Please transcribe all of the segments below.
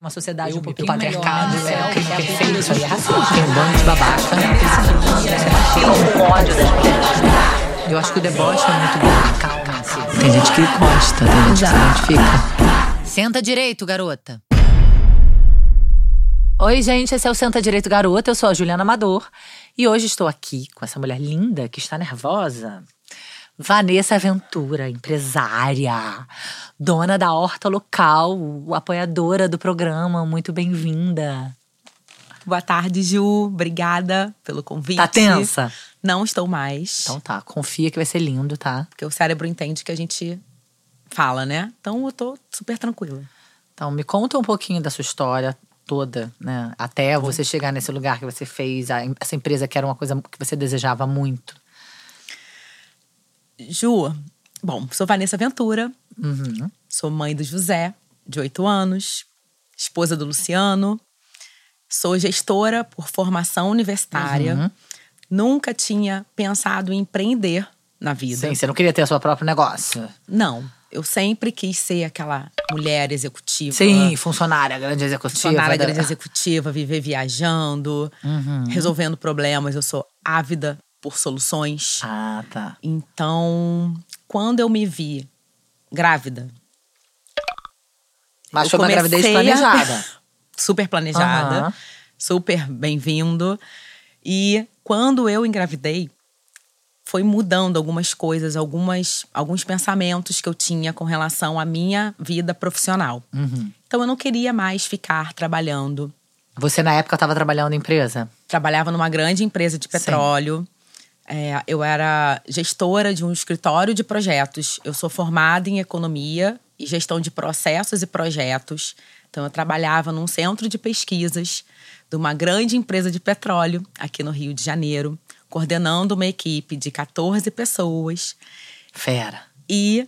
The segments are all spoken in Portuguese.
uma sociedade um pouquinho o patriarcado melhor, é. é o crime perfeito, isso aí é racismo. Tem um bando de babaca, né? Tem um ódio das mulheres. Eu acho que o deboche é muito bom. Calma-se. Tem gente que gosta, tem gente que se identifica. Senta direito, garota. Oi, gente, esse é o Senta Direito Garota. Eu sou a Juliana Amador e hoje estou aqui com essa mulher linda que está nervosa. Vanessa Ventura, empresária, dona da horta local, apoiadora do programa, muito bem-vinda. Boa tarde, Ju. Obrigada pelo convite. Tá tensa? Não estou mais. Então tá, confia que vai ser lindo, tá? Porque o cérebro entende que a gente fala, né? Então eu tô super tranquila. Então, me conta um pouquinho da sua história toda, né? Até você chegar nesse lugar que você fez, a em- essa empresa que era uma coisa que você desejava muito. Ju, bom, sou Vanessa Ventura. Uhum. Sou mãe do José, de 8 anos. Esposa do Luciano. Sou gestora por formação universitária. Uhum. Nunca tinha pensado em empreender na vida. Uhum. Sim, você não queria ter o seu próprio negócio. Não. Eu sempre quis ser aquela mulher executiva. Sim, funcionária, grande executiva. Funcionária da- grande executiva, viver viajando, Uhum. resolvendo problemas. Eu sou ávida por soluções. Ah, tá. Então, quando eu me vi grávida, Mas foi Eu uma comecei gravidez a- planejada. super planejada, Aham. super bem-vindo. E quando eu engravidei, foi mudando algumas coisas, algumas, alguns pensamentos que eu tinha com relação à minha vida profissional. Uhum. Então, eu não queria mais ficar trabalhando Você, na época, estava trabalhando em empresa? trabalhava numa grande empresa de petróleo. É, eu era gestora de um escritório de projetos. Eu sou formada em economia e gestão de processos e projetos. Então, eu trabalhava num centro de pesquisas de uma grande empresa de petróleo aqui no Rio de Janeiro, coordenando uma equipe de 14 pessoas Fera. e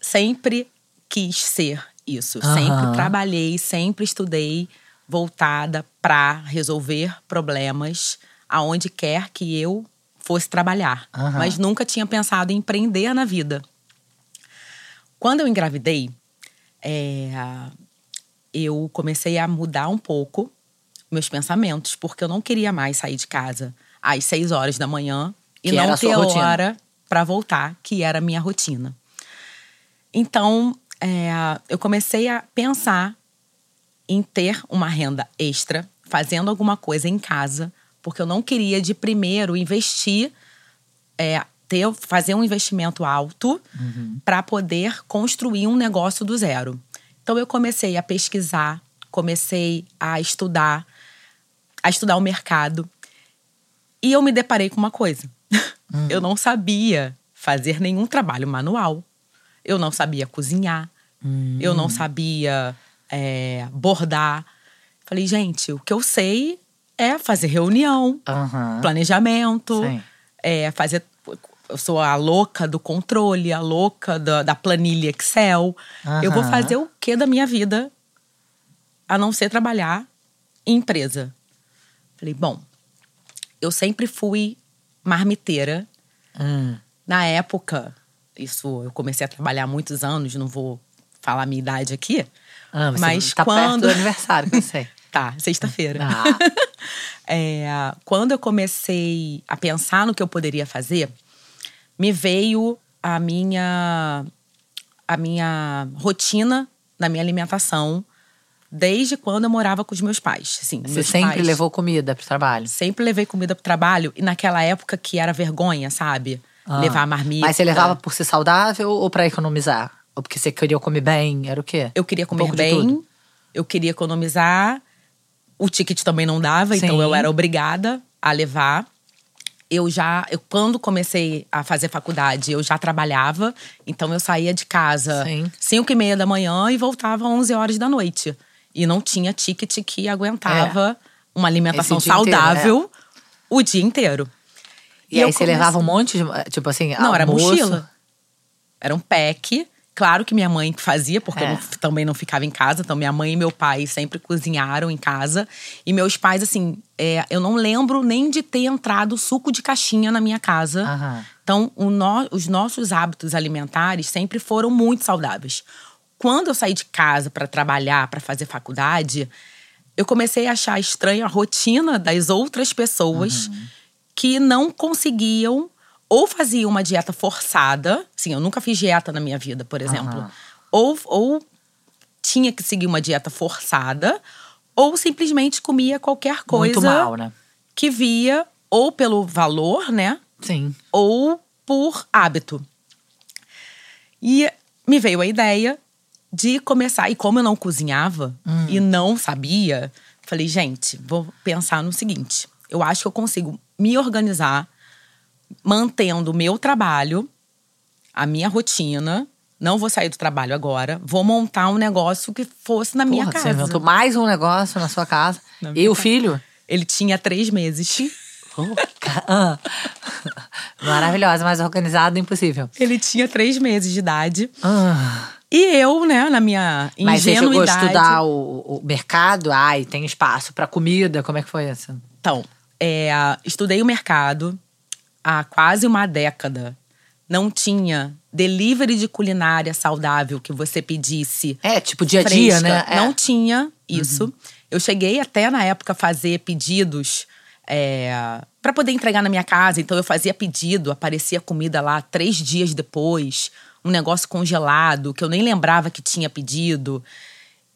sempre quis ser isso. Aham. Sempre trabalhei, sempre estudei voltada para resolver problemas aonde quer que eu fosse trabalhar, Aham. mas nunca tinha pensado em empreender na vida. Quando eu engravidei, é, eu comecei a mudar um pouco meus pensamentos, porque eu não queria mais sair de casa às seis horas da manhã e Que era não a sua ter rotina. hora para voltar, que era a minha rotina. Então, é, eu comecei a pensar em ter uma renda extra, fazendo alguma coisa em casa, porque eu não queria de primeiro investir, é, ter, fazer um investimento alto para poder construir um negócio do zero. Então eu comecei a pesquisar, comecei a estudar, a estudar o mercado e eu me deparei com uma coisa. Eu não sabia fazer nenhum trabalho manual. Eu não sabia cozinhar. Eu não sabia é, bordar. Falei, gente, o que eu sei é fazer reunião, Aham. planejamento, Sim. é, fazer. Eu sou a louca do controle, a louca da, da planilha Excel. Eu vou Aham. fazer o que da minha vida a não ser trabalhar em empresa? Falei, bom, eu sempre fui marmiteira. Hum. Na época, isso eu comecei a trabalhar há muitos anos, não vou falar a minha idade aqui. Ah, você mas tá perto quando. do aniversário, que eu sei. Tá, sexta-feira. Ah. É, quando eu comecei a pensar no que eu poderia fazer, me veio a minha a minha rotina na minha alimentação desde quando eu morava com os meus pais. Assim, Você meus sempre pais- levou comida pro trabalho? Sempre levei comida pro trabalho e naquela época que era vergonha, sabe? Ah. Levar marmita. Mas você levava por ser saudável ou pra economizar? Ou porque você queria comer bem? Era o quê? Eu queria Um comer pouco de tudo. bem, eu queria economizar. O ticket também não dava, então Sim. eu era obrigada a levar. Eu já, eu, quando comecei a fazer faculdade, eu já trabalhava, então eu saía de casa Sim. 5 e meia da manhã e voltava 11 horas da noite. E não tinha ticket que aguentava uma alimentação É. Esse dia inteiro, é. saudável o dia inteiro. E, E aí eu você comecei- levava um monte de. Tipo assim, Não, era almoço. mochila. Era um pack. Claro que minha mãe que fazia, porque É. eu não- também não ficava em casa. Então, minha mãe e meu pai sempre cozinharam em casa. E meus pais, assim, é, eu não lembro nem de ter entrado suco de caixinha na minha casa. Aham. Então, o no- os nossos hábitos alimentares sempre foram muito saudáveis. quando eu saí de casa para trabalhar, para fazer faculdade, eu comecei a achar estranho a rotina das outras pessoas Uhum. que não conseguiam ou faziam uma dieta forçada. Sim, eu nunca fiz dieta na minha vida, por exemplo. Aham. Ou, ou tinha que seguir uma dieta forçada, ou simplesmente comia qualquer coisa Muito mal, né? que via ou pelo valor, né? Sim. ou por hábito. E me veio a ideia de começar. E como eu não cozinhava Hum. e não sabia, falei, gente, vou pensar no seguinte: eu acho que eu consigo me organizar mantendo o meu trabalho, a minha rotina. Não vou sair do trabalho agora, vou montar um negócio que fosse na minha Porra, Você casa. inventou mais um negócio na sua casa. Na minha e o filho? Ele tinha três meses. Ca- ah. Maravilhosa, mas organizado impossível. Ele tinha três meses de idade. Ah. E eu, né, na minha ingenuidade. Mas você chegou a estudar o, o mercado? Ai, tem espaço pra comida? Como é que foi isso? Então, é, estudei o mercado há quase uma década. Não tinha delivery de culinária saudável que você pedisse. É, tipo dia a dia, fresca. né? É. Não tinha isso. Eu cheguei até na época a fazer pedidos para poder entregar na minha casa. Então eu fazia pedido, aparecia comida lá três dias depois, um negócio congelado que eu nem lembrava que tinha pedido.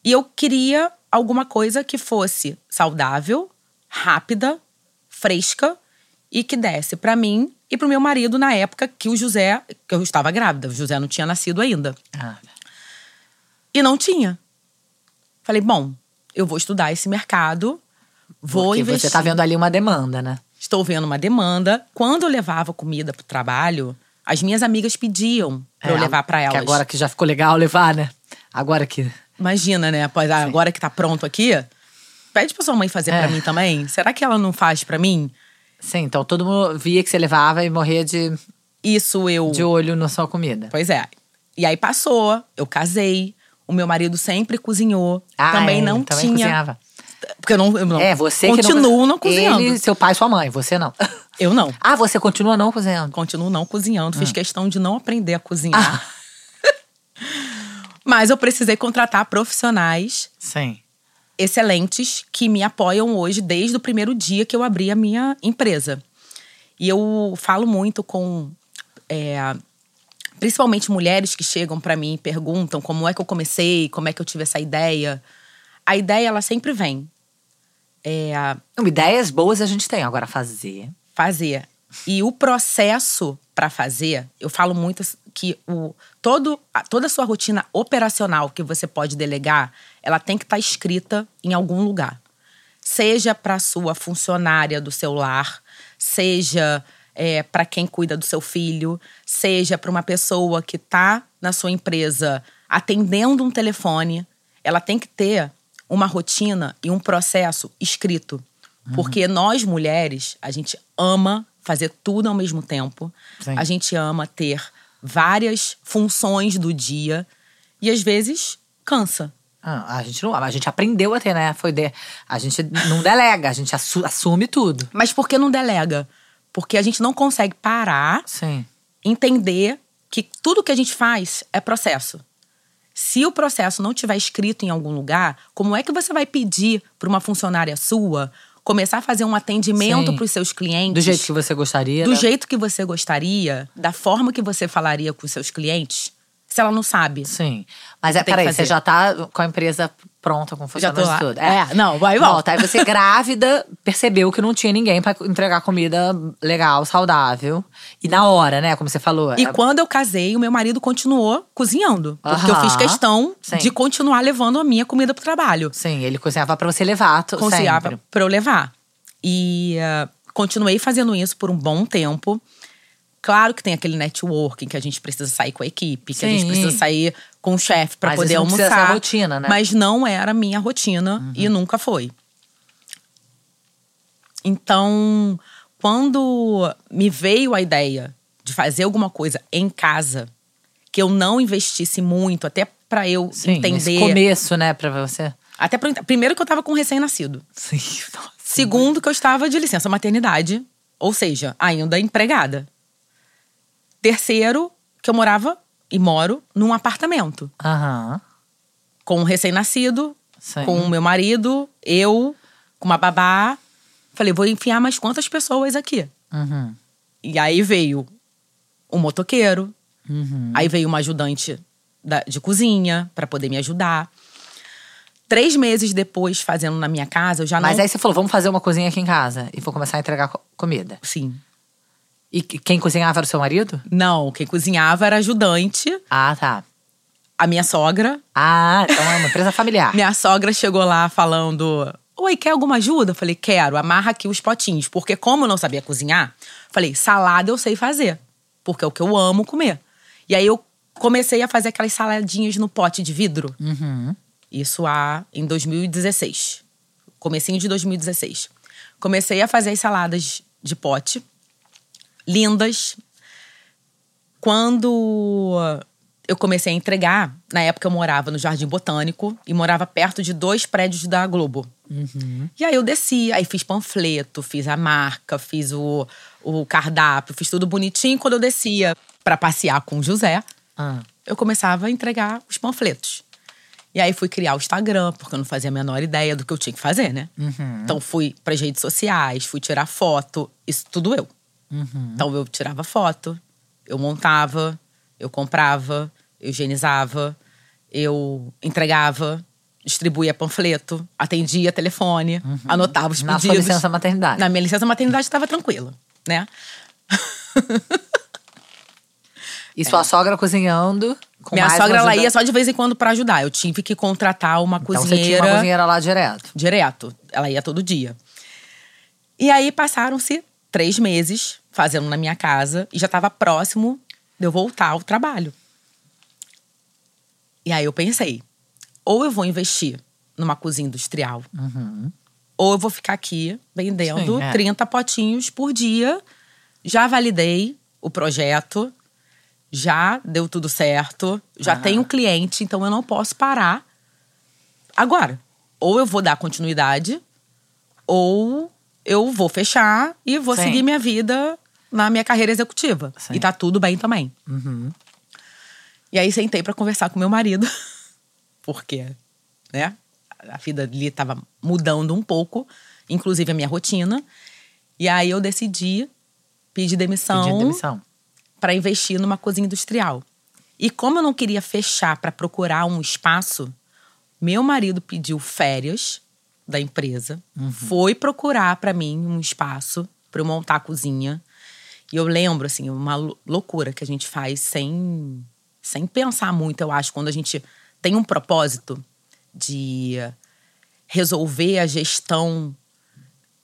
E eu queria alguma coisa que fosse saudável, rápida, fresca e que desse para mim e para o meu marido na época que o José, que eu estava grávida, o José não tinha nascido ainda. Ah. E não tinha. Falei, bom, eu vou estudar esse mercado, vou Porque investir. você tá vendo ali uma demanda, né? Estou vendo uma demanda. Quando eu levava comida pro trabalho, as minhas amigas pediam pra eu É, levar pra elas. Que agora que já ficou legal levar, né? Agora que. Imagina, né? Pois ah, agora que tá pronto aqui, pede pra sua mãe fazer pra É. mim também. Será que ela não faz pra mim? Sim, então todo mundo via que você levava e morria de, Isso eu. de um- olho na sua comida. Pois é. E aí passou, eu casei. O meu marido sempre cozinhou. Ah, também ele não também tinha. Cozinhava. Porque eu não, eu não. É, você que continuo não, não cozinhando. Ele, seu pai, sua mãe, você não. Eu não. ah, você continua não cozinhando. Continuo não cozinhando. Fiz questão de não aprender a cozinhar. Mas eu precisei contratar profissionais Sim. excelentes que me apoiam hoje desde o primeiro dia que eu abri a minha empresa. E eu falo muito com é, principalmente mulheres que chegam para mim e perguntam como é que eu comecei, como é que eu tive essa ideia. A ideia ela sempre vem. É, Não, ideias boas a gente tem. Agora, fazer. fazer. E o processo para fazer, eu falo muito que o, todo, a- toda a sua rotina operacional que você pode delegar, ela tem que estar escrita em algum lugar. Seja para sua funcionária do seu lar, seja para quem cuida do seu filho, seja para uma pessoa que está na sua empresa atendendo um telefone, ela tem que ter uma rotina e um processo escrito. Porque nós mulheres, a gente ama fazer tudo ao mesmo tempo. Sim. A gente ama ter várias funções do dia e às vezes cansa. Ah, a gente não. A gente aprendeu até, né? Foi de, a gente não delega, a gente assu- assume tudo. Mas por que não delega? Porque a gente não consegue parar, Sim. entender que tudo que a gente faz é processo. Se o processo não tiver escrito em algum lugar, como é que você vai pedir para uma funcionária sua começar a fazer um atendimento Sim. para os seus clientes? Do jeito que você gostaria. do né? jeito que você gostaria, da forma que você falaria com seus clientes, se ela não sabe. Sim. Mas é, Tem que peraí, fazer. você já tá com a empresa pronta, com Já tô funcionários lá. e tudo. É, não, vai e volta. Volta. Aí você grávida percebeu que não tinha ninguém pra entregar comida legal, saudável. E na hora, né? Como você falou. E é- quando eu casei, o meu marido continuou cozinhando. Porque eu Aham. fiz questão Sim. de continuar levando a minha comida pro trabalho. Sim, ele cozinhava pra você levar. tu- Cozinhava sempre. para eu levar. E ah, continuei fazendo isso por um bom tempo. Claro que tem aquele networking que a gente precisa sair com a equipe, que a gente Sim. precisa sair com o chefe para Mas poder isso não precisa almoçar. ser a rotina, né? Uhum. Mas não era a minha rotina e nunca foi. Então, quando me veio a ideia de fazer alguma coisa em casa, que eu não investisse muito, até para eu Sim, entender. Esse começo, né, pra você. Até pra, eu ent- primeiro que eu tava com um recém-nascido. Sim, Segundo, que eu estava de licença maternidade, ou seja, ainda empregada. Terceiro, que eu morava e moro num apartamento. Aham. com um recém-nascido, Sim. com o meu marido, eu, com uma babá. Falei, vou enfiar mais quantas pessoas aqui? Uhum. E aí veio um motoqueiro, Uhum. aí veio uma ajudante da- de cozinha pra poder me ajudar. Três meses depois, fazendo na minha casa, eu já Mas não. aí você falou, vamos fazer uma cozinha aqui em casa. E vou começar a entregar co- comida. Sim. E que- quem cozinhava era o seu marido? Não, quem cozinhava era ajudante, Ah, tá. a minha sogra. Ah, então é uma empresa familiar. Minha sogra chegou lá falando: Oi, quer alguma ajuda? Eu falei: Quero, amarra aqui os potinhos. Porque, como eu não sabia cozinhar, falei: salada eu sei fazer, porque é o que eu amo comer. E aí eu comecei a fazer aquelas saladinhas no pote de vidro. Uhum. Isso há, em 2016. Comecinho de 2016. Comecei a fazer as saladas de pote, lindas. Quando eu comecei a entregar, na época eu morava no Jardim Botânico e morava perto de dois prédios da Globo. E aí eu desci, aí fiz panfleto, fiz a marca, fiz o, o cardápio, fiz tudo bonitinho. Quando eu descia pra passear com o José, Ah. eu começava a entregar os panfletos. E aí fui criar o Instagram, porque eu não fazia a menor ideia do que eu tinha que fazer, né? Uhum. Então fui para as redes sociais, fui tirar foto, isso tudo eu. Uhum. Então eu tirava foto, eu montava, eu comprava, eu higienizava, eu entregava, distribuía panfleto, atendia telefone, anotava os Uhum. Tipo, Na sua pedidos. licença maternidade. Na minha licença maternidade estava tranquila, né? E sua sogra cozinhando. Com É. Minha mais sogra uma ela ajuda- ia só de vez em quando para ajudar. Eu tive que contratar uma Então você tinha cozinheira. uma cozinheira lá direto. direto. Ela ia todo dia. E aí passaram-se três meses fazendo na minha casa e já estava próximo de eu voltar ao trabalho. E aí eu pensei, ou eu vou investir numa cozinha industrial, ou eu vou ficar aqui vendendo Uhum. Sim, é. 30 potinhos por dia. Já validei o projeto, já deu tudo certo, já Ah. tenho cliente, então eu não posso parar agora. Ou eu vou dar continuidade, ou eu vou fechar e vou Sim. seguir minha vida na minha carreira executiva. Sim. Uhum. E tá tudo bem também. E aí sentei pra conversar com meu marido, porque, né, a vida ali tava mudando um pouco, inclusive a minha rotina. E aí eu decidi pedir demissão, Pedindo demissão. para investir numa cozinha industrial. E como eu não queria fechar para procurar um espaço, meu marido pediu férias da empresa, foi procurar para mim um espaço para eu montar a cozinha. E eu lembro, assim, uma lou- loucura que a gente faz sem, sem pensar muito, eu acho, quando a gente tem um propósito de resolver a gestão,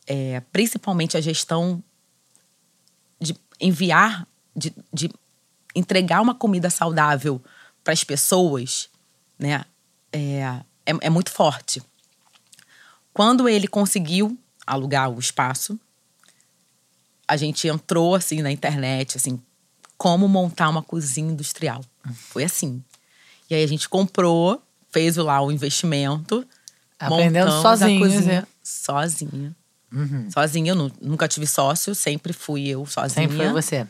é, principalmente a gestão de enviar, de, de entregar uma comida saudável para as pessoas, né? É, é, é muito forte. Quando ele conseguiu alugar o espaço, a gente entrou assim na internet, assim, como montar uma cozinha industrial. Foi assim. E aí a gente comprou, fez lá o investimento, Aprendendo montamos sozinhos, a cozinha né? sozinha. Hum. Sozinha, eu nu- nunca tive sócio, sempre fui eu sozinha. Sempre foi você.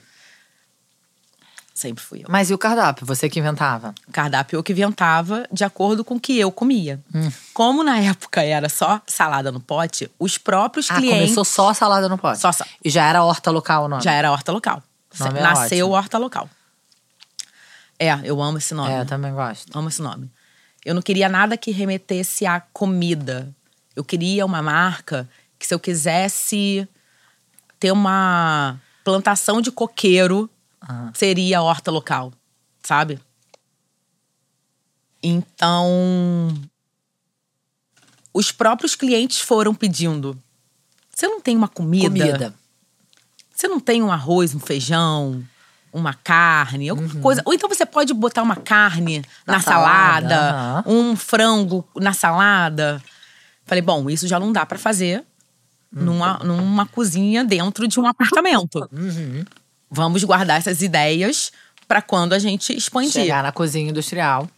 Sempre fui eu. Mas e o cardápio? Você que inventava. O cardápio eu que inventava de acordo com o que eu comia. Hum. Como na época era só salada no pote, os próprios Ah, clientes. começou só a salada no pote. Só sa- E já era horta local o nome. Já era horta local. Nome é Nasceu ótimo. horta local. É, eu amo esse nome. É, eu também gosto. Amo esse nome. Eu não queria nada que remetesse à comida. Eu queria uma marca que, se eu quisesse ter uma plantação de coqueiro, Ah. seria a horta local, sabe? Então, os próprios clientes foram pedindo. Você não tem uma Comida. você não tem um arroz, um feijão, uma carne, alguma coisa. Ou então você pode botar uma carne na, Na salada, salada, um frango na salada. Falei, bom, isso já não dá pra fazer numa, numa cozinha dentro de um apartamento. Vamos guardar essas ideias pra quando a gente expandir. Chegar na cozinha industrial.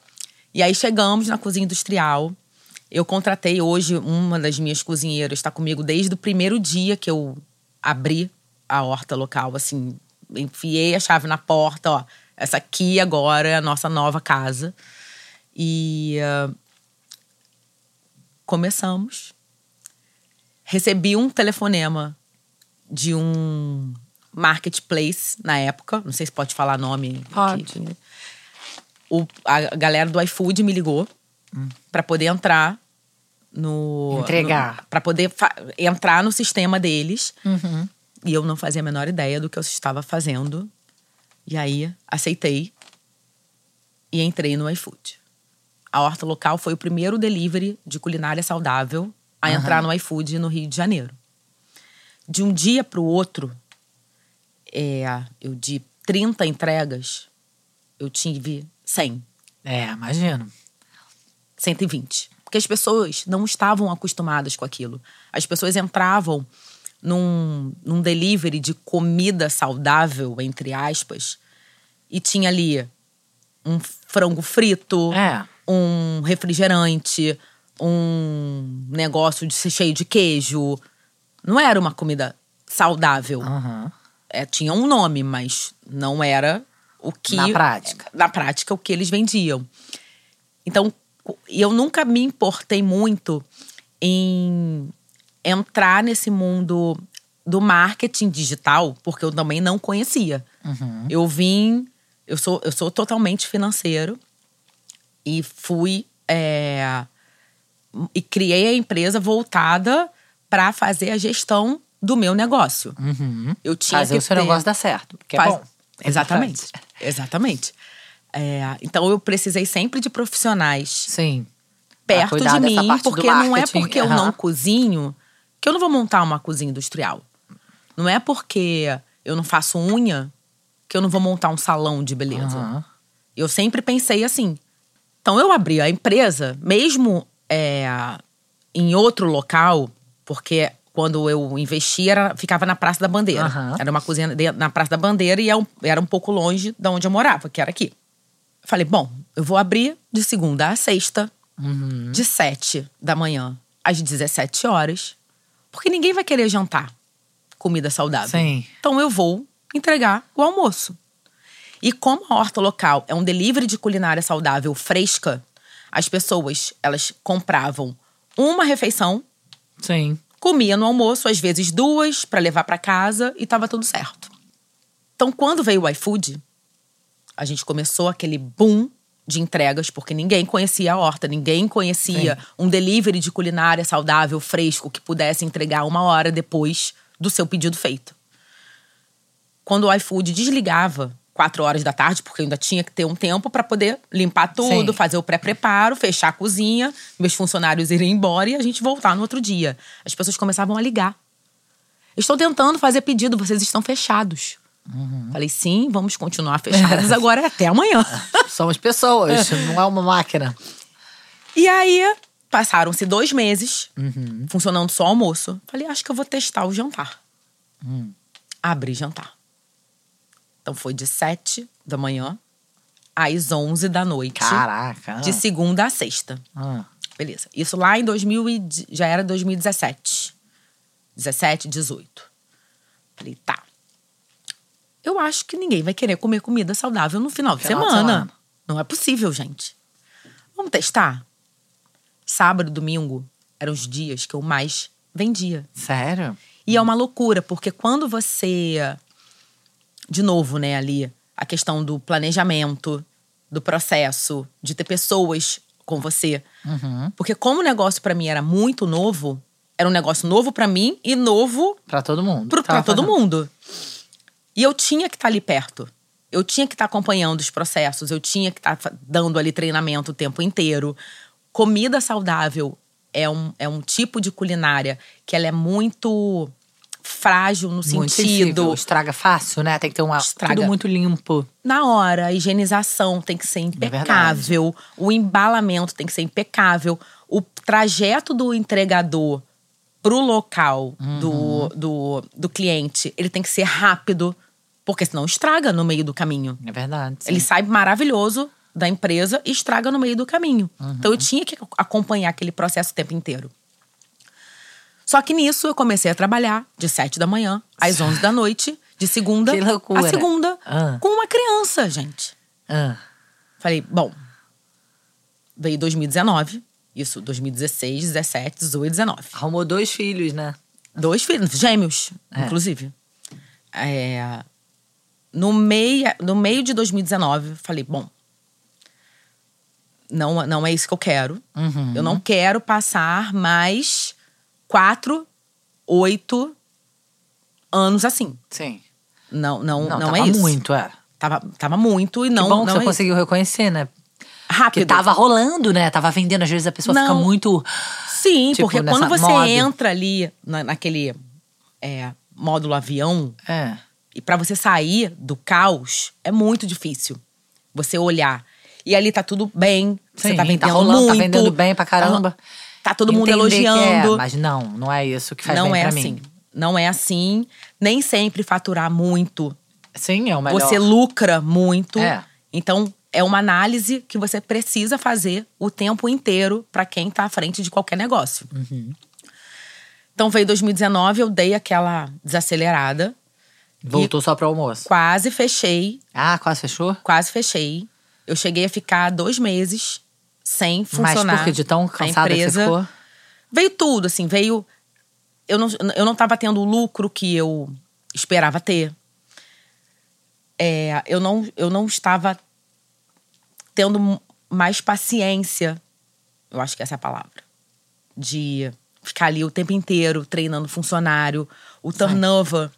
E aí chegamos na cozinha industrial. Eu contratei hoje uma das minhas cozinheiras, está comigo desde o primeiro dia que eu abri a horta local. Assim, enfiei a chave na porta, ó. Essa aqui agora é a nossa nova casa. E ah, Começamos. Recebi um telefonema de um marketplace na época, não sei se pode falar nome. Pode. que- o, a galera do iFood me ligou pra poder entrar no. Entregar. no- Pra poder fa- entrar no sistema deles. E eu não fazia a menor ideia do que eu estava fazendo. E aí, aceitei e entrei no iFood. A Horta Local foi o primeiro delivery de culinária saudável a entrar no iFood no Rio de Janeiro. De um dia para o outro, é, eu de 30 entregas, eu tive 100. É, imagino. 120. Porque as pessoas não estavam acostumadas com aquilo. As pessoas entravam num, num delivery de comida saudável, entre aspas, e tinha ali um frango frito, É. um refrigerante, um negócio de cheio de queijo. Não era uma comida saudável. Aham. É, tinha um nome, mas não era o que. Na prática. Na prática, o que eles vendiam. Então, co- e eu nunca me importei muito em entrar nesse mundo do marketing digital, porque eu também não conhecia. uhum, Eu vim. Eu sou, eu sou totalmente financeiro e fui. é, e criei a empresa voltada para fazer a gestão do meu negócio. Eu tinha uhum. Fazer que o seu ter- negócio dar certo, porque Faz- é bom. Exatamente. Exatamente. É, então eu precisei sempre de profissionais Sim. Pra perto cuidar de dessa mim, parte do porque não é marketing, porque eu aham. não cozinho que eu não vou montar uma cozinha industrial. Não é porque eu não faço unha que eu não vou montar um salão de beleza. Aham. Eu sempre pensei assim. Então eu abri a empresa, mesmo é, em outro local, porque quando eu investi era, ficava na Praça da Bandeira. Aham. Era uma cozinha de- na Praça da Bandeira e é um- era um pouco longe da onde eu morava, que era aqui. Falei, bom, eu vou abrir de segunda a sexta, uhum. de sete da manhã às 17 horas, porque ninguém vai querer jantar comida saudável. Sim. Então eu vou entregar o almoço. E como a horta local é um delivery de culinária saudável fresca, as pessoas elas compravam uma refeição, Sim. comia no almoço, às vezes duas para levar para casa e tava tudo certo. Então quando veio o iFood, a gente começou aquele boom de entregas porque ninguém conhecia a horta, ninguém conhecia um delivery de culinária saudável fresco que pudesse entregar uma hora depois do seu pedido feito quando o iFood desligava 4 horas da tarde, porque eu ainda tinha que ter um tempo para poder limpar tudo, Sim. fazer o pré-preparo, fechar a cozinha, meus funcionários irem embora e a gente voltar no outro dia. As pessoas começavam a ligar. Estou tentando fazer pedido, vocês estão fechados. Falei, sim, vamos continuar fechados agora até amanhã. Somos pessoas, não é uma máquina. E aí, passaram-se dois meses, funcionando só almoço. Falei, acho que eu vou testar o jantar. Abri jantar. Então foi de 7 da manhã às 11 da noite. Caraca. De segunda a sexta. Ah. Beleza. Isso lá em 2000 e de- já era 2017. 17, 18. Falei, tá. Eu acho que ninguém vai querer comer comida saudável no final de, Final de semana. semana. Não é possível, gente. Vamos testar? Sábado, domingo eram os dias que eu mais vendia. Sério? E é uma loucura, porque quando você. De novo, né, ali, a questão do planejamento, do processo, de ter pessoas com você. Uhum. Porque como o negócio pra mim era muito novo, era um negócio novo pra mim e novo Pra todo mundo. pro, pra Tava todo fazendo- mundo. E eu tinha que estar ali perto. Eu tinha que estar acompanhando os processos, eu tinha que estar dando ali treinamento o tempo inteiro. Comida saudável é um, é um tipo de culinária que ela é muito frágil no Muito sentido. sensível. Estraga fácil, né? Tem que ter uma. Estraga. Tudo muito limpo. Na hora, a higienização tem que ser impecável, o embalamento tem que ser impecável, o trajeto do entregador pro local do, do, do cliente, ele tem que ser rápido, porque senão estraga no meio do caminho. É verdade. sim. Ele sai maravilhoso da empresa e estraga no meio do caminho. Então Uhum. eu tinha que ac- acompanhar aquele processo o tempo inteiro. Só que nisso eu comecei a trabalhar de 7 da manhã às 11 da noite, de segunda Que loucura. a segunda, Ah. com uma criança, gente. Ah. Falei, bom, veio 2019, Isso, 2016, 17, 18, 19. Arrumou dois filhos, né? Dois filhos, gêmeos, É. inclusive. É, no, meia, no meio de 2019, eu falei, bom, não, não é isso que eu quero. Uhum. Eu não quero passar mais quatro, oito anos assim. Sim. Não, não, não, Não, tava é isso. muito, é. Tava, tava muito e não, que bom que não você é isso. conseguiu reconhecer, né? Porque rápido. tava rolando, né? Tava vendendo. Às vezes a pessoa fica Não. muito. Sim, Tipo, porque nessa quando você moda. entra ali na- naquele é, módulo avião, É. E pra você sair do caos é muito difícil. Você olhar. E ali tá tudo bem. você Sim, tá vendendo rolando, muito. tá vendendo bem pra caramba. Tá, todo mundo Entender que é, elogiando. mas não, não é isso que faz não bem é pra assim. mim. Não é assim. Nem sempre faturar muito. Sim, é o melhor. Você lucra muito. É. Então, é uma análise que você precisa fazer o tempo inteiro pra quem tá à frente de qualquer negócio. Uhum. Então, veio 2019, eu dei aquela desacelerada. Voltou só pro almoço. Quase fechei Ah, quase fechou? quase fechei. Eu cheguei a ficar dois meses sem Mas funcionar. por que de tão a cansada que você ficou? Veio tudo, assim, veio. Eu não, eu não tava tendo o lucro que eu esperava ter. É, eu, não, eu não estava tendo m- mais paciência, eu acho que essa é a palavra, de ficar ali o tempo inteiro treinando funcionário. O turnover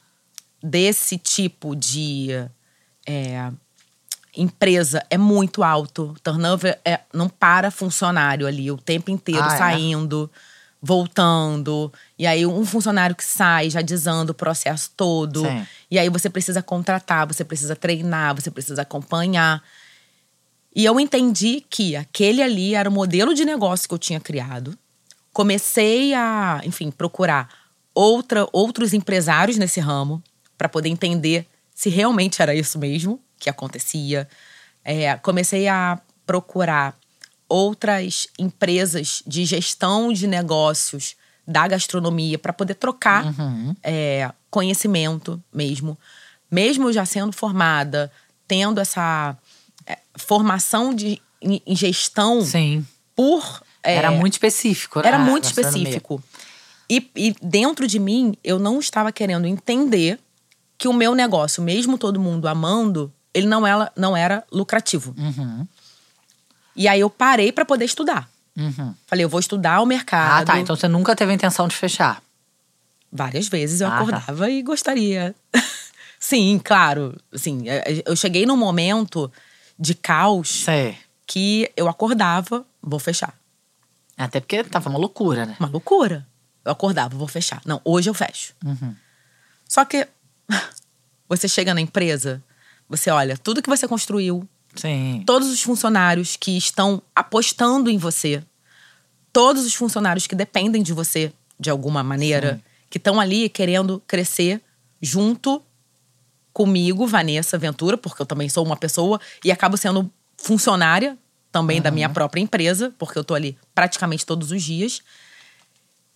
desse tipo de é, empresa é muito alto. Turnover é, não para funcionário ali o tempo inteiro Ah, é? saindo, voltando. E aí um funcionário que sai já dizando o processo todo. Sim. E aí você precisa contratar, você precisa treinar, você precisa acompanhar. E eu entendi que aquele ali era o modelo de negócio que eu tinha criado. Comecei a, enfim, procurar outra, outros empresários nesse ramo para poder entender se realmente era isso mesmo que acontecia. É, comecei a procurar outras empresas de gestão de negócios da gastronomia para poder trocar é, conhecimento mesmo. Mesmo eu já sendo formada, tendo essa é, formação de, em, em gestão Sim. por. é, Era muito específico, né? era muito a gastronomia. específico. E, e dentro de mim, eu não estava querendo entender que o meu negócio, mesmo todo mundo amando, ele não era, não era lucrativo. E aí eu parei para poder estudar. Uhum. Falei, eu vou estudar o mercado. Ah, tá. Então você nunca teve a intenção de fechar. Várias vezes eu Ah, tá. acordava e gostaria. Sim, claro. Assim, é- eu cheguei num momento de caos Sei. que eu acordava, vou fechar. Até porque tava uma loucura, né? Uma loucura. Eu acordava, vou fechar. Não, hoje eu fecho. Só que você chega na empresa, você olha tudo que você construiu, Sim. todos os funcionários que estão apostando em você, todos os funcionários que dependem de você de alguma maneira, que estão ali querendo crescer junto comigo, Vanessa Ventura, porque eu também sou uma pessoa e acabo sendo funcionária também da minha própria empresa, porque eu tô ali praticamente todos os dias.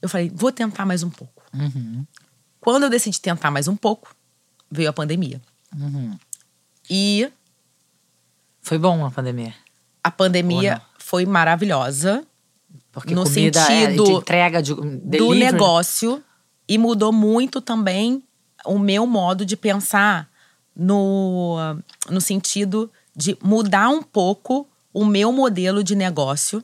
Eu falei, vou tentar mais um pouco. Quando eu decidi tentar mais um pouco, veio a pandemia. E Foi bom a pandemia. a Ou pandemia não? foi maravilhosa Porque No comida é, de sentido entrega de do delivery, né? negócio e mudou muito também o meu modo de pensar no, no sentido de mudar um pouco o meu modelo de negócio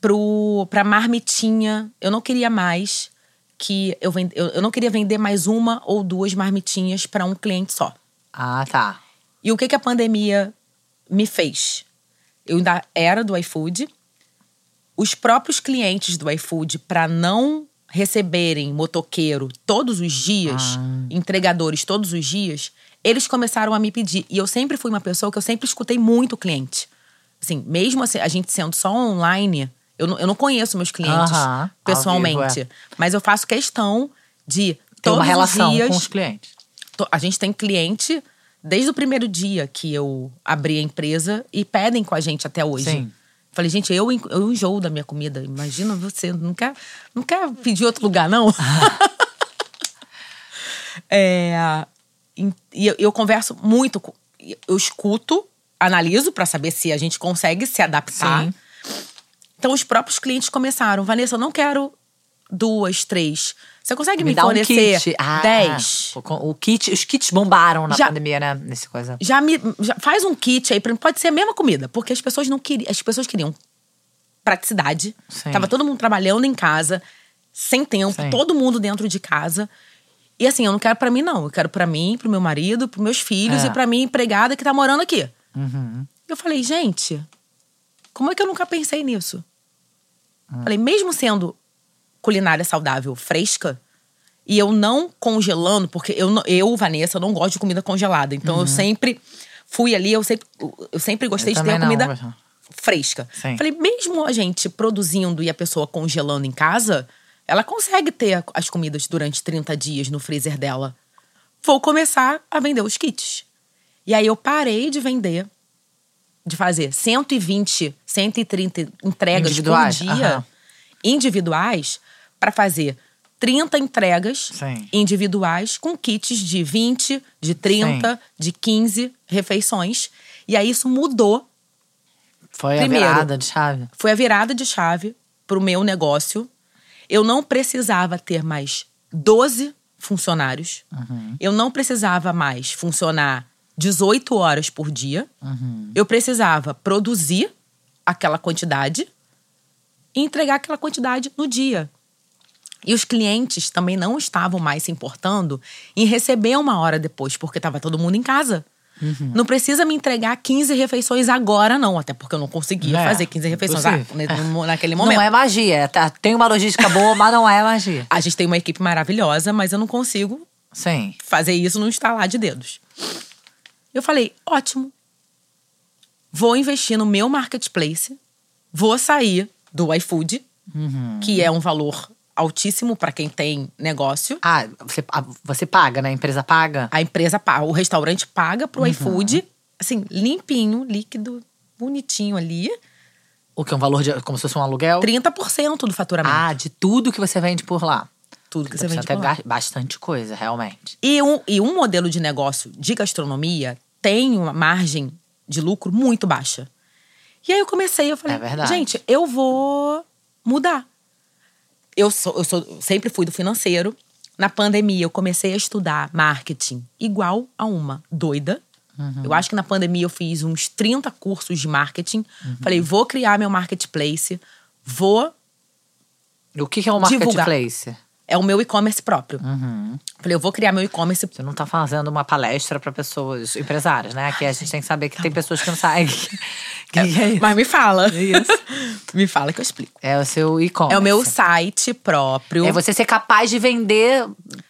pro, pra marmitinha. Eu não queria mais que eu, vend, eu, eu não queria vender mais uma ou duas marmitinhas para um cliente só. Ah, tá. E o que, que a pandemia me fez? Eu ainda era do iFood. Os próprios clientes do iFood, para não receberem motoqueiro todos os dias, Ah. entregadores todos os dias, eles começaram a me pedir. E eu sempre fui uma pessoa que eu sempre escutei muito o cliente. Assim, mesmo assim, a gente sendo só online, eu não, eu não conheço meus clientes Aham, ao vivo, pessoalmente. é. Mas eu faço questão de Tem todos uma relação os dias com os clientes. to- a gente tem cliente desde o primeiro dia que eu abri a empresa e pedem com a gente até hoje. Sim. Falei, gente, eu, en- eu enjoo da minha comida. Imagina você, não quer, não quer pedir outro lugar, não? É, em- e eu, eu converso muito, com- eu escuto, analiso para saber se a gente consegue se adaptar. Sim. Então os próprios clientes começaram, Vanessa, eu não quero duas, três. Você consegue me, Me dá um fornecer kit. Ah, dez? o con- O, kit, os kits bombaram na Já- pandemia, né? Nesse coisa. Já me já faz um kit aí, pra mim. pode ser a mesma comida, porque as pessoas não queriam, as pessoas queriam praticidade. Sim. Tava todo mundo trabalhando em casa, sem tempo, Sim. todo mundo dentro de casa. E assim, eu não quero pra mim não, eu quero pra mim, pro meu marido, pros meus filhos É. e pra minha empregada que tá morando aqui. Uhum. Eu falei, gente, como é que eu nunca pensei nisso? Hum. Falei, mesmo sendo culinária saudável, fresca, e eu não congelando, porque eu, não- eu Vanessa, não gosto de comida congelada. Então eu sempre fui ali, eu sempre, eu sempre gostei Uhum. Eu de ter a também não, comida Gastão. fresca. Sim. Falei, mesmo a gente produzindo e a pessoa congelando em casa, ela consegue ter a- as comidas durante 30 dias no freezer dela. Vou começar a vender os kits. E aí eu parei de vender, de fazer 120, 130 entregas Individuais, por dia, aham. individuais, para fazer 30 entregas Sim. individuais com kits de 20, de 30, de 15 refeições. E aí isso mudou Foi Primeiro. a virada de chave. foi a virada de chave pro meu negócio. Eu não precisava ter mais 12 funcionários. Eu não precisava mais funcionar 18 horas por dia. Eu precisava produzir aquela quantidade e entregar aquela quantidade no dia. E os clientes também não estavam mais se importando em receber uma hora depois, porque estava todo mundo em casa. Uhum. Não precisa me entregar 15 refeições agora, não, até porque eu não conseguia É, fazer 15 refeições ah, impossível. ne- no- naquele momento. Não é magia. tá? Tem uma logística boa, mas não é magia. A gente tem uma equipe maravilhosa, mas eu não consigo Sim. fazer isso num estalar de dedos. Eu falei, ótimo. Vou investir no meu marketplace, vou sair do iFood, que é um valor altíssimo para quem tem negócio. Ah, você, ah, você paga, né? A empresa paga? A empresa, pa- o restaurante paga pro iFood, assim, limpinho, líquido, bonitinho ali, O que é um valor de. como se fosse um aluguel? 30% do faturamento. Ah, de tudo que você vende por lá. tudo que você vende até por lá. bastante coisa, realmente. E um, e um modelo de negócio de gastronomia tem uma margem de lucro muito baixa. E aí eu comecei, eu falei, É verdade. gente, eu vou mudar. Eu, sou, eu sou, sempre fui do financeiro. Na pandemia, eu comecei a estudar marketing igual a uma doida. Uhum. Eu acho que na pandemia eu fiz uns 30 cursos de marketing. Uhum. Falei, vou criar meu marketplace, vou E o que que é um Divulgar. marketplace? é o meu e-commerce próprio. Uhum. Falei, eu vou criar meu e-commerce Você não tá fazendo uma palestra pra pessoas, empresários, né? Aqui a gente tem que saber tá que tem pessoas que não sabem. que é, isso. Mas me fala. me fala que eu explico. É o seu e-commerce. É o meu site próprio. É você ser capaz de vender.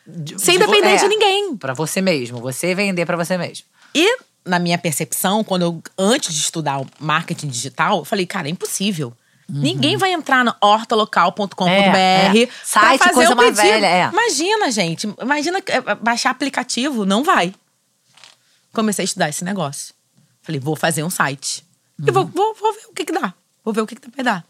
de- Sem vo- depender é, de ninguém. Pra você mesmo. Você vender pra você mesmo. E na minha percepção, quando eu antes de estudar o marketing digital, eu falei, cara, é impossível. Ninguém vai entrar no hortalocal.com.br Uhum. É, é. pra Site, fazer coisa o mais pedido. velha, é. Imagina, gente. Imagina que, é, baixar aplicativo, não vai. Comecei a estudar esse negócio. Falei, vou fazer um site. E Uhum. vou, vou, vou ver o que que dá. Vou ver o que que vai dar.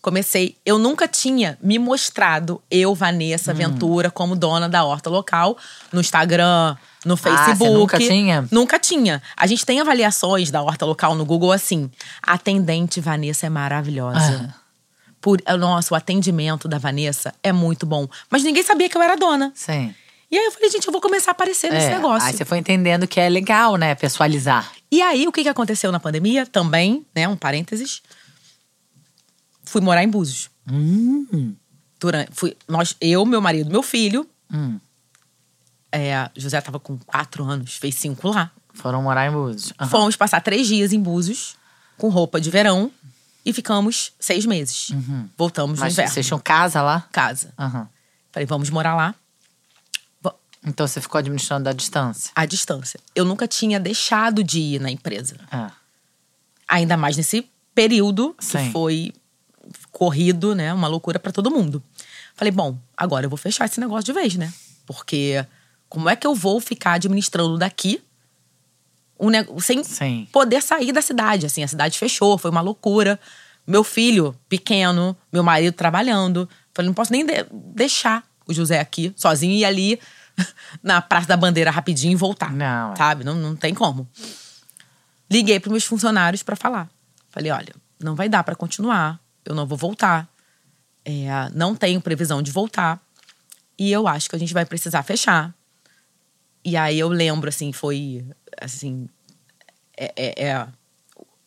comecei, eu nunca tinha me mostrado, eu, Hum. Vanessa Ventura, como dona da horta local, no Instagram, no Facebook. Ah, você nunca tinha? Nunca tinha. A gente tem avaliações da horta local no Google assim. Atendente Vanessa é maravilhosa. Ah. Por, é, nossa, o atendimento da Vanessa é muito bom. Mas ninguém sabia que eu era dona. Sim. E aí eu falei, gente, eu vou começar a aparecer nesse É, negócio. Aí você foi entendendo que é legal, né? Pessoalizar. E aí, o que, que aconteceu na pandemia? Também, né? Um parênteses. Fui morar em Búzios. Hum. Durante, fui, nós, eu, meu marido, meu filho. Hum. É, José tava com quatro anos, fez cinco lá. Foram morar em Búzios. Aham. Fomos passar três dias em Búzios, com roupa de verão. E ficamos seis meses. Voltamos Uhum. Mas no inverno. vocês tinham casa lá? Casa. Aham. Falei, vamos morar lá. Va- Então você ficou administrando da distância? À distância. Eu nunca tinha deixado de ir na empresa. É. ainda mais nesse período que Sim. foi corrido, né? Uma loucura pra todo mundo. Falei, bom, agora eu vou fechar esse negócio de vez, né? Porque como é que eu vou ficar administrando daqui um negócio sem Sim. poder sair da cidade? Assim, a cidade fechou, foi uma loucura. Meu filho pequeno, meu marido trabalhando. Falei, não posso nem de- deixar o José aqui sozinho e ir ali na Praça da Bandeira rapidinho e voltar. Não, é. Sabe? Não, não tem como liguei para meus funcionários para falar. Falei, olha, não vai dar para continuar, eu não vou voltar, é, não tenho previsão de voltar e eu acho que a gente vai precisar fechar. E aí eu lembro, assim, foi assim, é, é, é-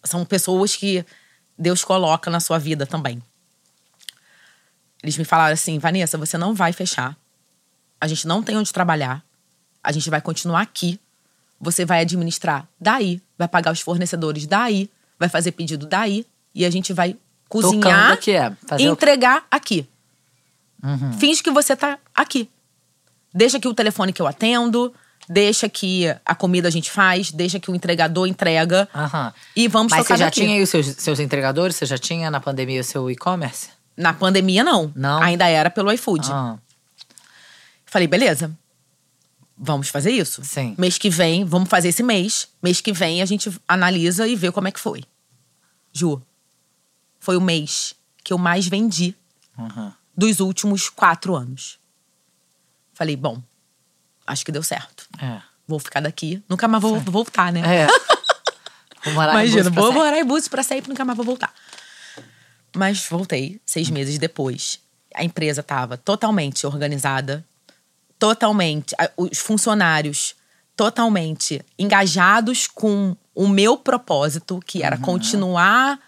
são pessoas que Deus coloca na sua vida também. Eles me falaram assim, Vanessa, você não vai fechar. A gente não tem onde trabalhar. A gente vai continuar aqui. Você vai administrar daí, vai pagar os fornecedores daí, vai fazer pedido daí e a gente vai cozinhar, Tocando aqui, é. Fazer e o- entregar aqui. Finge que você tá aqui. Deixa que o telefone que eu atendo, deixa que a comida a gente faz, deixa que o entregador entrega. Aham. E vamos Mas tocar você já daqui. tinha aí os seus, seus entregadores? Você já tinha na pandemia o seu e-commerce? Na pandemia, não. Não? Ainda era pelo iFood. Ah, Falei, beleza, vamos fazer isso. Sim. Mês que vem, vamos fazer esse mês. Mês que vem a gente analisa e vê como é que foi. Ju, foi o mês que eu mais vendi Ah, aham. dos últimos quatro anos. Falei, bom, acho que deu certo. Vou ficar daqui, nunca mais vou vou voltar, né? É. é. Vou morar em Imagina, Búzios pra vou sempre. morar em Búzios pra sempre, nunca mais vou voltar. Mas voltei, seis meses depois. A empresa estava totalmente organizada, totalmente. a- Os funcionários totalmente engajados com o meu propósito, que era continuar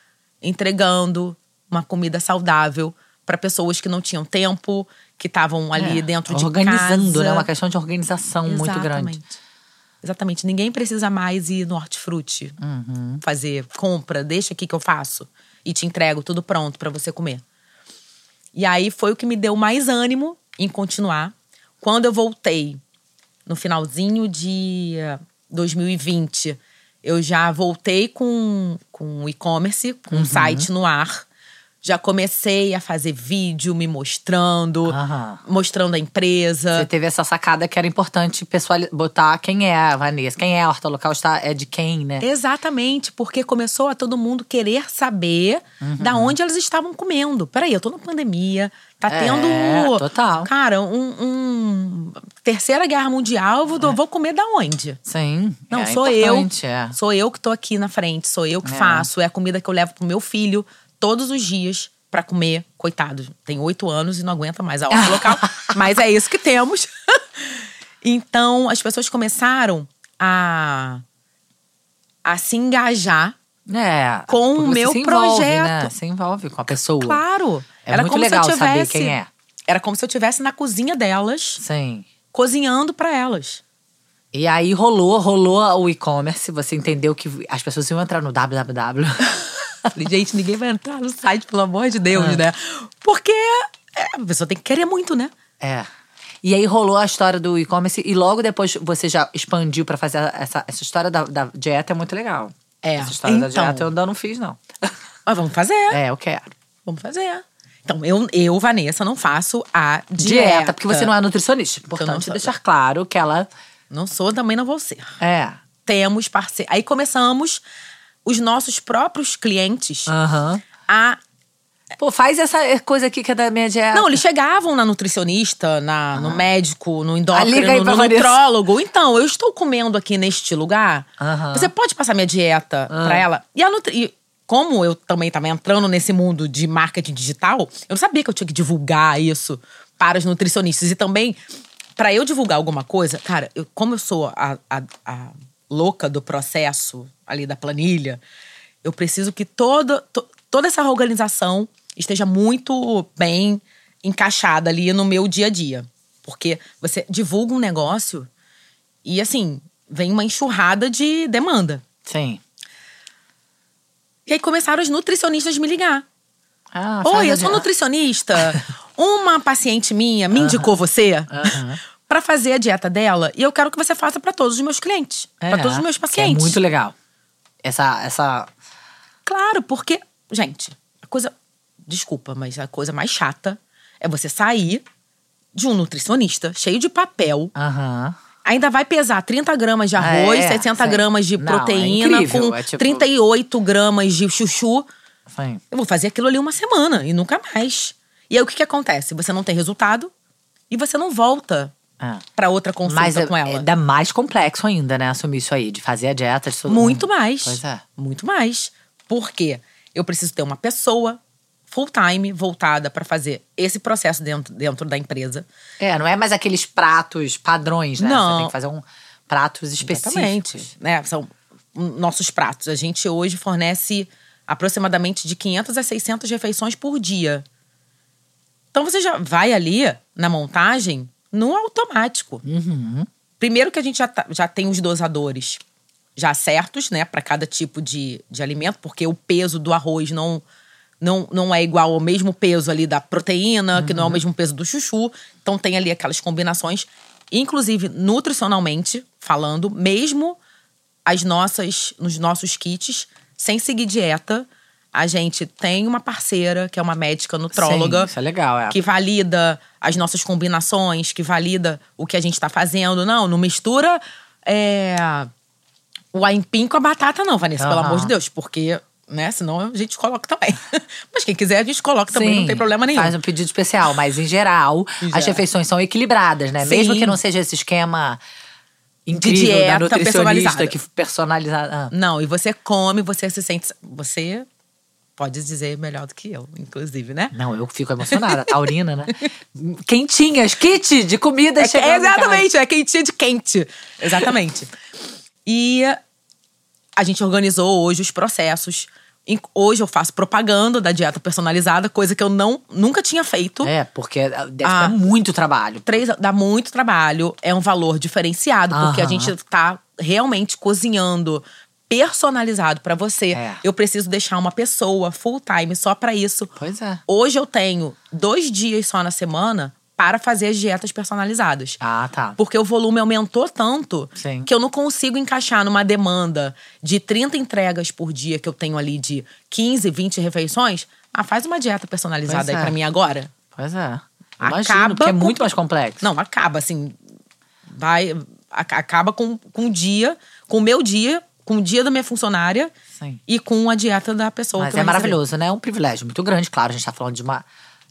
entregando uma comida saudável para pessoas que não tinham tempo, que estavam ali É, dentro de Organizando, casa. né? Uma questão de organização muito grande. Exatamente. Exatamente. Ninguém precisa mais ir no hortifruti Uhum. fazer compra, deixa aqui que eu faço e te entrego tudo pronto pra você comer. E aí foi o que me deu mais ânimo em continuar. Quando eu voltei no finalzinho de eh, 2020, eu já voltei com, com o e-commerce, com Uhum. um site no ar. Já comecei a fazer vídeo me mostrando, Aham. mostrando a empresa. Você teve essa sacada que era importante pessoal botar quem é a Vanessa, quem é a Horta Local, está, é de quem, né? Exatamente, porque começou a todo mundo querer saber Uhum. da onde elas estavam comendo. Peraí, eu tô na pandemia, tá É, tendo. total. Cara, um. um- terceira guerra mundial, eu vou, vou comer da onde? Sim. Não, é sou eu. importante, É. Sou eu que tô aqui na frente, sou eu que É. faço, é a comida que eu levo pro meu filho todos os dias pra comer. Coitado, tem oito anos e não aguenta mais a hora local, mas é isso que temos. então, as pessoas começaram a a se engajar, É, Com o porque você meu se envolve, Né? projeto. Se envolve com a pessoa. claro. É muito legal saber quem é. Era como se eu tivesse na cozinha delas, Sim. cozinhando pra elas. E aí rolou, rolou o e-commerce. Você entendeu que as pessoas iam entrar no www. Falei, gente, ninguém vai entrar no site, pelo amor de Deus, né? Porque é, a pessoa tem que querer muito, né? é. E aí rolou a história do e-commerce. E logo depois você já expandiu pra fazer essa, essa história da, da dieta. É muito legal. É, Essa história da então. dieta eu ainda não fiz, não. Mas "Ah, vamos fazer. É, eu quero. Vamos fazer. Então, eu, eu, Vanessa, não faço a Dieta, dieta. Então, porque você não é nutricionista. eu não Importante sou. deixar claro que ela. Não sou, também não vou ser. É. Temos parceiros. Aí começamos os nossos próprios clientes Aham. a. Pô, faz essa coisa aqui que é da minha dieta. Não, eles chegavam na nutricionista, na, no médico, no Ah, liga aí endócrino, pra no Vanessa. nutrólogo. Então, eu estou comendo aqui neste lugar. Aham. Você pode passar minha dieta pra ela? E a nutri... e como eu também estava entrando nesse mundo de marketing digital, eu não sabia que eu tinha que divulgar isso para os nutricionistas. E também, pra eu divulgar alguma coisa, cara, eu- como eu sou a, a- a louca do processo ali da planilha, eu preciso que toda, to- toda essa organização esteja muito bem encaixada ali no meu dia a dia. Porque você divulga um negócio e assim, vem uma enxurrada de demanda. Sim. E aí começaram os nutricionistas me ligar. Ah, faz Oi, a eu sou dieta. nutricionista. Uma paciente minha me indicou você Aham. pra fazer a dieta dela e eu quero que você faça pra todos os meus clientes, Pra É, todos os meus que pacientes. É muito legal. Essa, essa. Claro, porque, gente, a coisa. Desculpa, mas a coisa mais chata é você sair de um nutricionista cheio de papel. Aham. Ainda vai pesar 30 gramas de arroz, É, 60 sim. gramas de Não, é proteína, incrível, com é tipo- 38 gramas de chuchu. Sim. Eu vou fazer aquilo ali uma semana e nunca mais. E aí o que, que acontece? Você não tem resultado e você não volta É. pra outra consulta Mas é, com ela. é dá mais complexo ainda, né? Assumir isso aí, de fazer a dieta de todo Muito mundo. mais. Pois é. Muito mais. Por quê? Eu preciso ter uma pessoa full time voltada para fazer esse processo dentro, dentro da empresa. É, não é mais aqueles pratos padrões, né? Não. Você tem que fazer um pratos específicos. Exatamente. Né? São hum, nossos pratos. A gente hoje fornece aproximadamente de 500 a 600 refeições por dia. Então você já vai ali na montagem no automático. Primeiro que a gente já, tá- já tem os dosadores já certos, né, para cada tipo de, de alimento, porque o peso do arroz não não, não é igual ao mesmo peso ali da proteína, que não Uhum. é o mesmo peso do chuchu. Então tem ali aquelas combinações, inclusive nutricionalmente falando, mesmo as nossas nos nossos kits, sem seguir dieta, a gente tem uma parceira que é uma médica nutróloga Sim, isso é legal, é. que valida as nossas combinações, que valida o que a gente tá fazendo. Não, não mistura é, o aipim com a batata, não, Vanessa, pelo Aham. amor de Deus, porque, né, senão a gente coloca também. Mas quem quiser, a gente coloca também, não Sim, tem problema nenhum. Faz um pedido especial, mas em geral, geral. as refeições são equilibradas, né? Sim. Mesmo que não seja esse esquema incrível dieta da nutricionista personalizada. que personalizada. Ah, Não, e você come, você se sente. Você pode dizer melhor do que eu, inclusive, né? Não, eu fico emocionada, taurina, né? Quentinhas, kit de comida É que- Tá chegando. em casa. exatamente, é quentinha de quente. Exatamente. e a gente organizou hoje os processos. Em- Hoje eu faço propaganda da dieta personalizada, coisa que eu não, nunca tinha feito. É, porque deve Ah. dar muito trabalho. Três, dá muito trabalho, é um valor diferenciado, porque a Aham. gente tá realmente cozinhando personalizado pra você. É. Eu preciso deixar uma pessoa full time só pra isso. Pois é. Hoje eu tenho dois dias só na semana para fazer as dietas personalizadas. Ah, tá. Porque o volume aumentou tanto Sim. que eu não consigo encaixar numa demanda de 30 entregas por dia que eu tenho ali de 15, 20 refeições. Ah, faz uma dieta personalizada Pois é. aí pra mim agora. Pois é. Acaba Imagino, porque é com- muito mais complexo. Não, acaba assim. Vai, a- acaba com, com o dia, com o meu dia, com o dia da minha funcionária Sim. e com a dieta da pessoa. Mas que vai é receber. maravilhoso, né? É um privilégio muito grande, claro. A gente tá falando de uma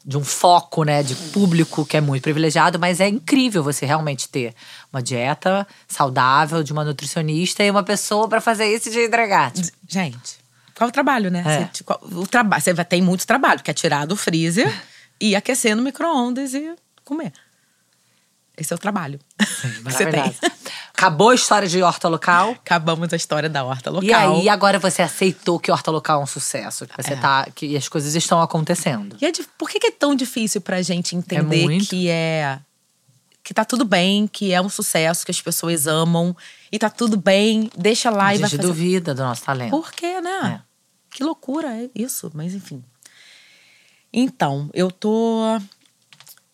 de um foco, né, de público que é muito privilegiado, mas é incrível você realmente ter uma dieta saudável de uma nutricionista e uma pessoa pra fazer isso de entregar. Tipo, Gente, qual o trabalho, né? É. Você, tipo, o trabalho, você vai- tem muito trabalho, que é tirar do freezer e aquecer no micro-ondas e comer. Esse é o trabalho. que você tem. maravilhoso. Acabou a história de horta local. Acabamos a história da horta local. E aí agora você aceitou que horta local é um sucesso, que você tá que as coisas estão acontecendo. E é dif- por que, que é tão difícil pra gente entender muito. que é que tá tudo bem, que é um sucesso, que as pessoas amam e tá tudo bem, deixa lá a e vai gente fazer. duvida do nosso talento. Por quê, né? Que loucura é isso, mas enfim. Então, eu tô.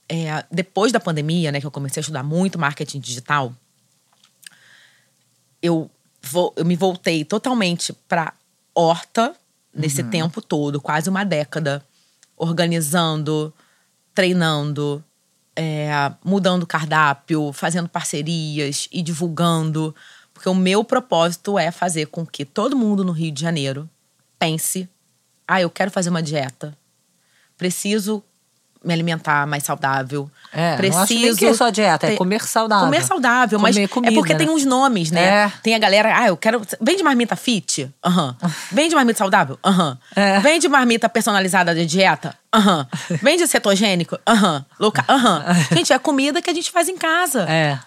é, depois da pandemia, né, que eu comecei a estudar muito marketing digital, eu, vo- eu me voltei totalmente pra horta Uhum. nesse tempo todo, quase uma década, organizando, treinando, é, mudando cardápio, fazendo parcerias e divulgando. Porque o meu propósito é fazer com que todo mundo no Rio de Janeiro pense: ah, eu quero fazer uma dieta, preciso me alimentar mais saudável. É, preciso não acho nem que é só dieta, é ter- comer saudável. Comer saudável, mas Comer comida, é porque tem né? uns nomes, né? É. Tem a galera, ah, eu quero. Vende marmita fit? Aham. Vende marmita saudável? Aham. É. Vende marmita personalizada de dieta? Aham. Vende cetogênico? Aham. Louca? Aham. Gente, é comida que a gente faz em casa. É,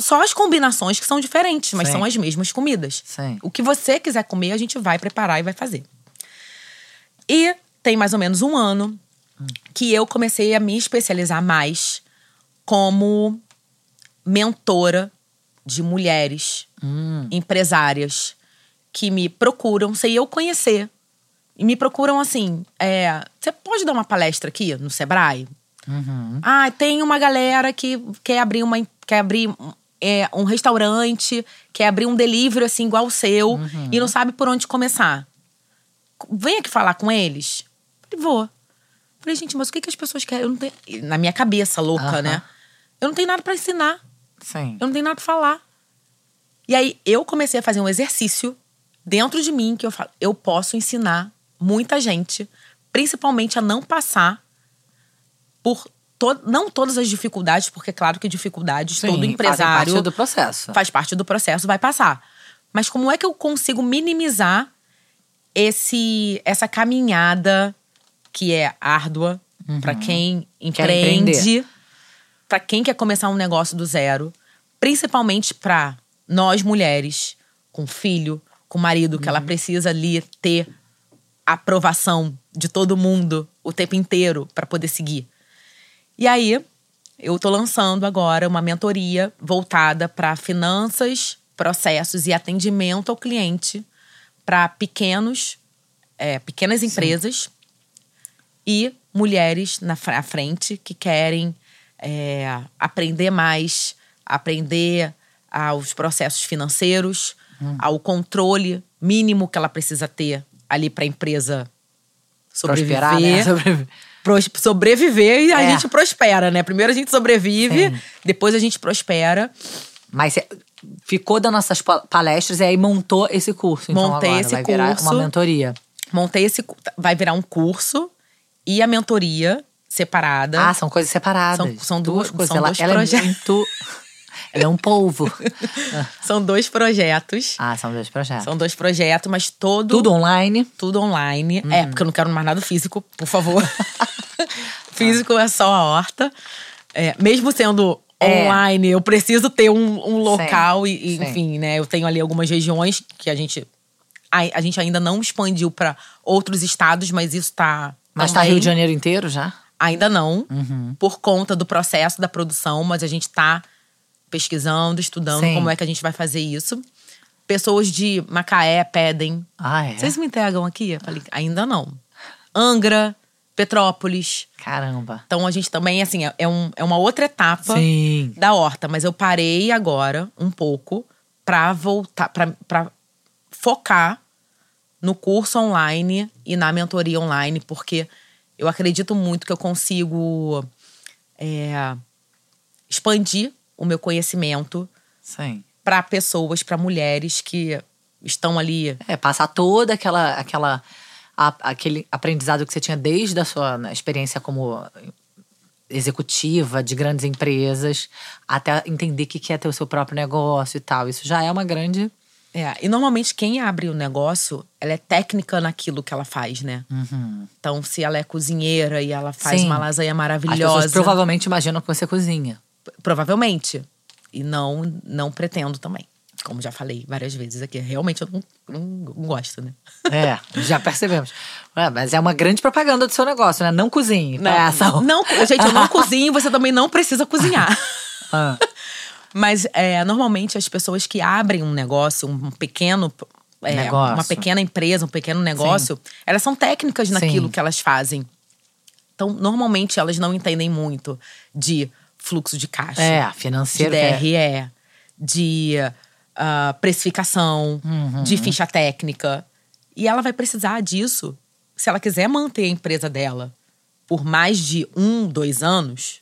Só as combinações que são diferentes, mas Sim. são as mesmas comidas. Sim. O que você quiser comer, a gente vai preparar e vai fazer. E tem mais ou menos um ano que eu comecei a me especializar mais como mentora de mulheres Hum. empresárias que me procuram sem eu conhecer. E me procuram assim: é, você pode dar uma palestra aqui no Sebrae? Ah, tem uma galera que quer abrir uma quer abrir um, é, um restaurante, quer abrir um delivery assim igual o seu e não sabe por onde começar. Vem aqui falar com eles. Falei, vou. Falei, gente, mas o que, que as pessoas querem? Eu não tenho... e Na minha cabeça louca, Aham. né? Eu não tenho nada pra ensinar. sim. Eu não tenho nada pra falar. E aí eu comecei a fazer um exercício dentro de mim que eu falo, eu posso ensinar muita gente, principalmente a não passar por to- não todas as dificuldades, porque é claro que dificuldades Sim, todo fazem um empresário parte do processo. faz parte do processo, vai passar. Mas como é que eu consigo minimizar esse essa caminhada que é árdua pra para quem Quer empreende, para quem quer começar um negócio do zero, principalmente para nós mulheres com filho, com marido, que ela precisa ali ter a aprovação de todo mundo o tempo inteiro para poder seguir. E aí, eu tô lançando agora uma mentoria voltada para finanças, processos e atendimento ao cliente para pequenos, é, pequenas empresas e mulheres na fr- à frente que querem é, aprender mais, aprender aos processos financeiros, Hum. ao controle mínimo que ela precisa ter ali para a empresa sobreviver Prosperar, né? Sobreviver. pros- sobreviver e a É. gente prospera, né? Primeiro a gente sobrevive, depois a gente prospera. Mas é- ficou das nossas pa- palestras e aí montou esse curso. Então Montei agora esse vai virar curso. uma mentoria. Montei esse. cu- Vai virar um curso e a mentoria separada. Ah, são coisas separadas. É. São- são duas- são ela dois ela é projetos. muito. Ela é um polvo. São dois projetos. Ah, são dois projetos. São dois projetos, mas todo. Tudo online. tudo online. Uhum. É, porque eu não quero mais nada físico, por favor. físico é só a horta. É, mesmo sendo É. online, eu preciso ter um, um local e, e, sim. enfim, né? Eu tenho ali algumas regiões que a gente. A, a gente ainda não expandiu para outros estados, mas isso tá. Mas tá também- Rio de Janeiro Uhum. inteiro já? Ainda não, por conta do processo da produção, mas a gente está pesquisando, estudando Sim. como é que a gente vai fazer isso. Pessoas de Macaé pedem Ah, é. vocês me entregam aqui? Eu falei, ainda não. Angra, Petrópolis. Caramba. Então a gente também, assim, é, é um, é uma outra etapa Sim. da horta, mas eu parei agora um pouco pra voltar, pra, pra focar no curso online e na mentoria online, porque eu acredito muito que eu consigo é, expandir o meu conhecimento Sim. pra pessoas, pra mulheres que estão ali É, passar toda aquela. aquela a- aquele aprendizado que você tinha desde a sua né, experiência como executiva de grandes empresas, até entender o que que é ter o seu próprio negócio e tal. Isso já é uma grande. É, e normalmente quem abre o negócio, ela é técnica naquilo que ela faz, né? Então, se ela é cozinheira e ela faz Sim. uma lasanha As maravilhosa, pessoas provavelmente imaginam que você cozinha. provavelmente. E não, não pretendo também. Como já falei várias vezes aqui, realmente eu não, não gosto, né? É, já percebemos. Ué, mas é uma grande propaganda do seu negócio, né? Não cozinhe. peça. um. não, gente, eu não cozinho, você também não precisa cozinhar. Ah, Mas é, normalmente as pessoas que abrem um negócio, um pequeno é, Negócio. uma pequena empresa, um pequeno negócio, elas são técnicas naquilo Sim. que elas fazem. Então, normalmente elas não entendem muito de fluxo de caixa, é, de financeiro. que é- DRE, de ah, precificação, Uhum. de ficha técnica. E ela vai precisar disso se ela quiser manter a empresa dela por mais de um, dois anos.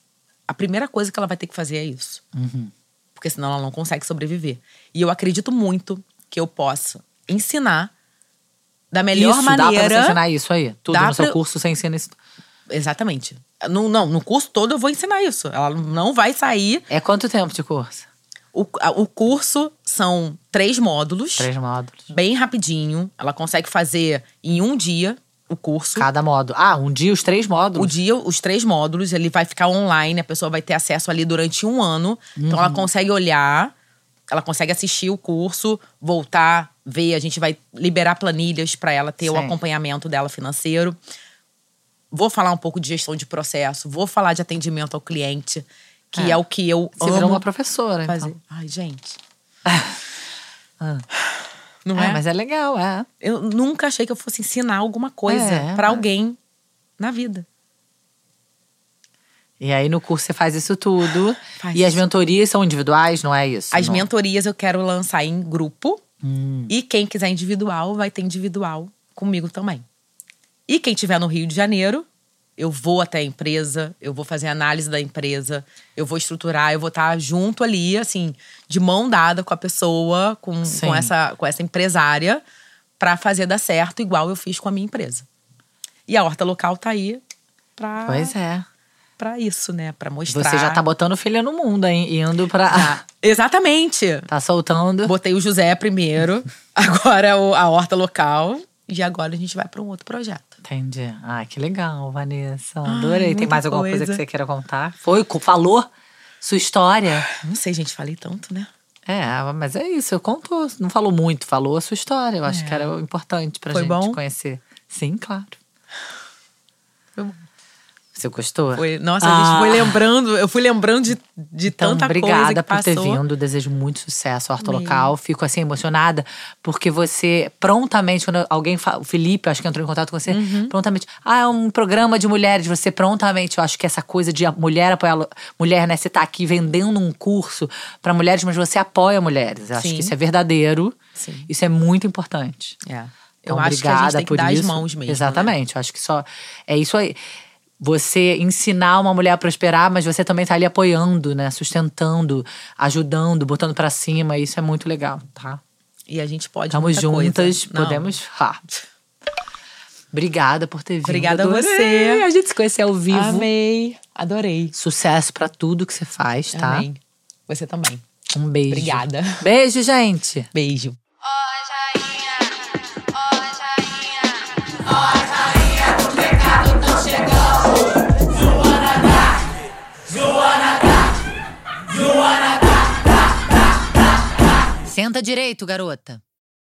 A primeira coisa que ela vai ter que fazer é isso Uhum. porque senão ela não consegue sobreviver. E eu acredito muito que eu posso ensinar da melhor é isso, dá pra maneira. você ensinar isso aí. Tudo Dá no seu pra- curso você ensina isso. Exatamente. No, não, no curso todo eu vou ensinar isso. Ela não vai sair. É quanto tempo de curso? O, a- o curso são três módulos, Três módulos. bem rapidinho. Ela consegue fazer em um dia o curso. Cada módulo. Ah, um dia os três O módulos. dia, os três módulos, ele vai ficar online, a pessoa vai ter acesso ali durante um ano. Então Uhum. ela consegue olhar, ela consegue assistir o curso, voltar, ver. A gente vai liberar planilhas para ela ter o Sim. acompanhamento dela financeiro. Vou falar um pouco de gestão de processo, vou falar de atendimento ao cliente, que é, É. o que eu Você amo virou uma professora, então. fazer. Ai, gente. Ah. Não Ah, é? mas é legal, é. Eu nunca achei que eu fosse ensinar alguma coisa É, pra mas- alguém na vida. E aí no curso você faz isso tudo. Ah, Faz e as isso. mentorias são individuais, não é isso? As não. Hum. mentorias eu quero lançar em grupo. E quem quiser individual, vai ter individual comigo também. E quem estiver no Rio de Janeiro, eu vou até a empresa, eu vou fazer análise da empresa, eu vou estruturar, eu vou estar junto ali, assim, de mão dada com a pessoa, com, Sim. com, essa, com essa empresária, pra fazer dar certo, igual eu fiz com a minha empresa. E a horta local tá aí pra, Pois é. pra isso, né? Pra mostrar. Você já tá botando filha no mundo, hein? Indo pra. Já. Exatamente! Tá soltando. Botei o José primeiro, agora o- a horta local. E agora a gente vai para um outro projeto. Entendi. Ah, que legal, Vanessa. Ai, Adorei. Tem Ah, muita mais alguma coisa. coisa. que você queira contar? Foi, co- falou sua história. Não sei, gente, falei tanto, né? É, mas é isso. Eu contou. Não falou muito, falou a sua história. Eu acho É. que era o importante pra Foi gente bom? conhecer. Sim, claro. Foi bom. Você gostou? Foi- nossa, Ah. a gente foi lembrando, eu fui lembrando de, de Então, tanta coisa obrigada que por ter passou. vindo. Desejo muito sucesso ao Horto Local. Fico assim emocionada, porque você prontamente, quando alguém fala, o Felipe, acho que entrou em contato com você, Uhum. prontamente. Ah, é um programa de mulheres. Você prontamente, eu acho que essa coisa de a mulher apoiar lo- mulher, né? Você tá aqui vendendo um curso pra mulheres, mas você apoia mulheres. Eu acho Sim. que isso é verdadeiro. Sim. Isso é muito por importante. É. Eu Então, acho que a gente tem que por dar as isso. mãos mesmo. né? Exatamente. Eu acho que só. É isso aí. Você ensinar uma mulher a prosperar, mas você também tá ali apoiando, né? Sustentando, ajudando, botando pra cima. Isso é muito legal, tá? E a gente pode Estamos muita coisa. juntas, Não. podemos. Ah. Obrigada por ter vindo. Obrigada a adorei. você. A gente se conheceu ao vivo. Amei. Adorei. Sucesso pra tudo que você faz, tá? Amém. Você também. Um beijo. Obrigada. Beijo, gente. Beijo. Senta direito, garota.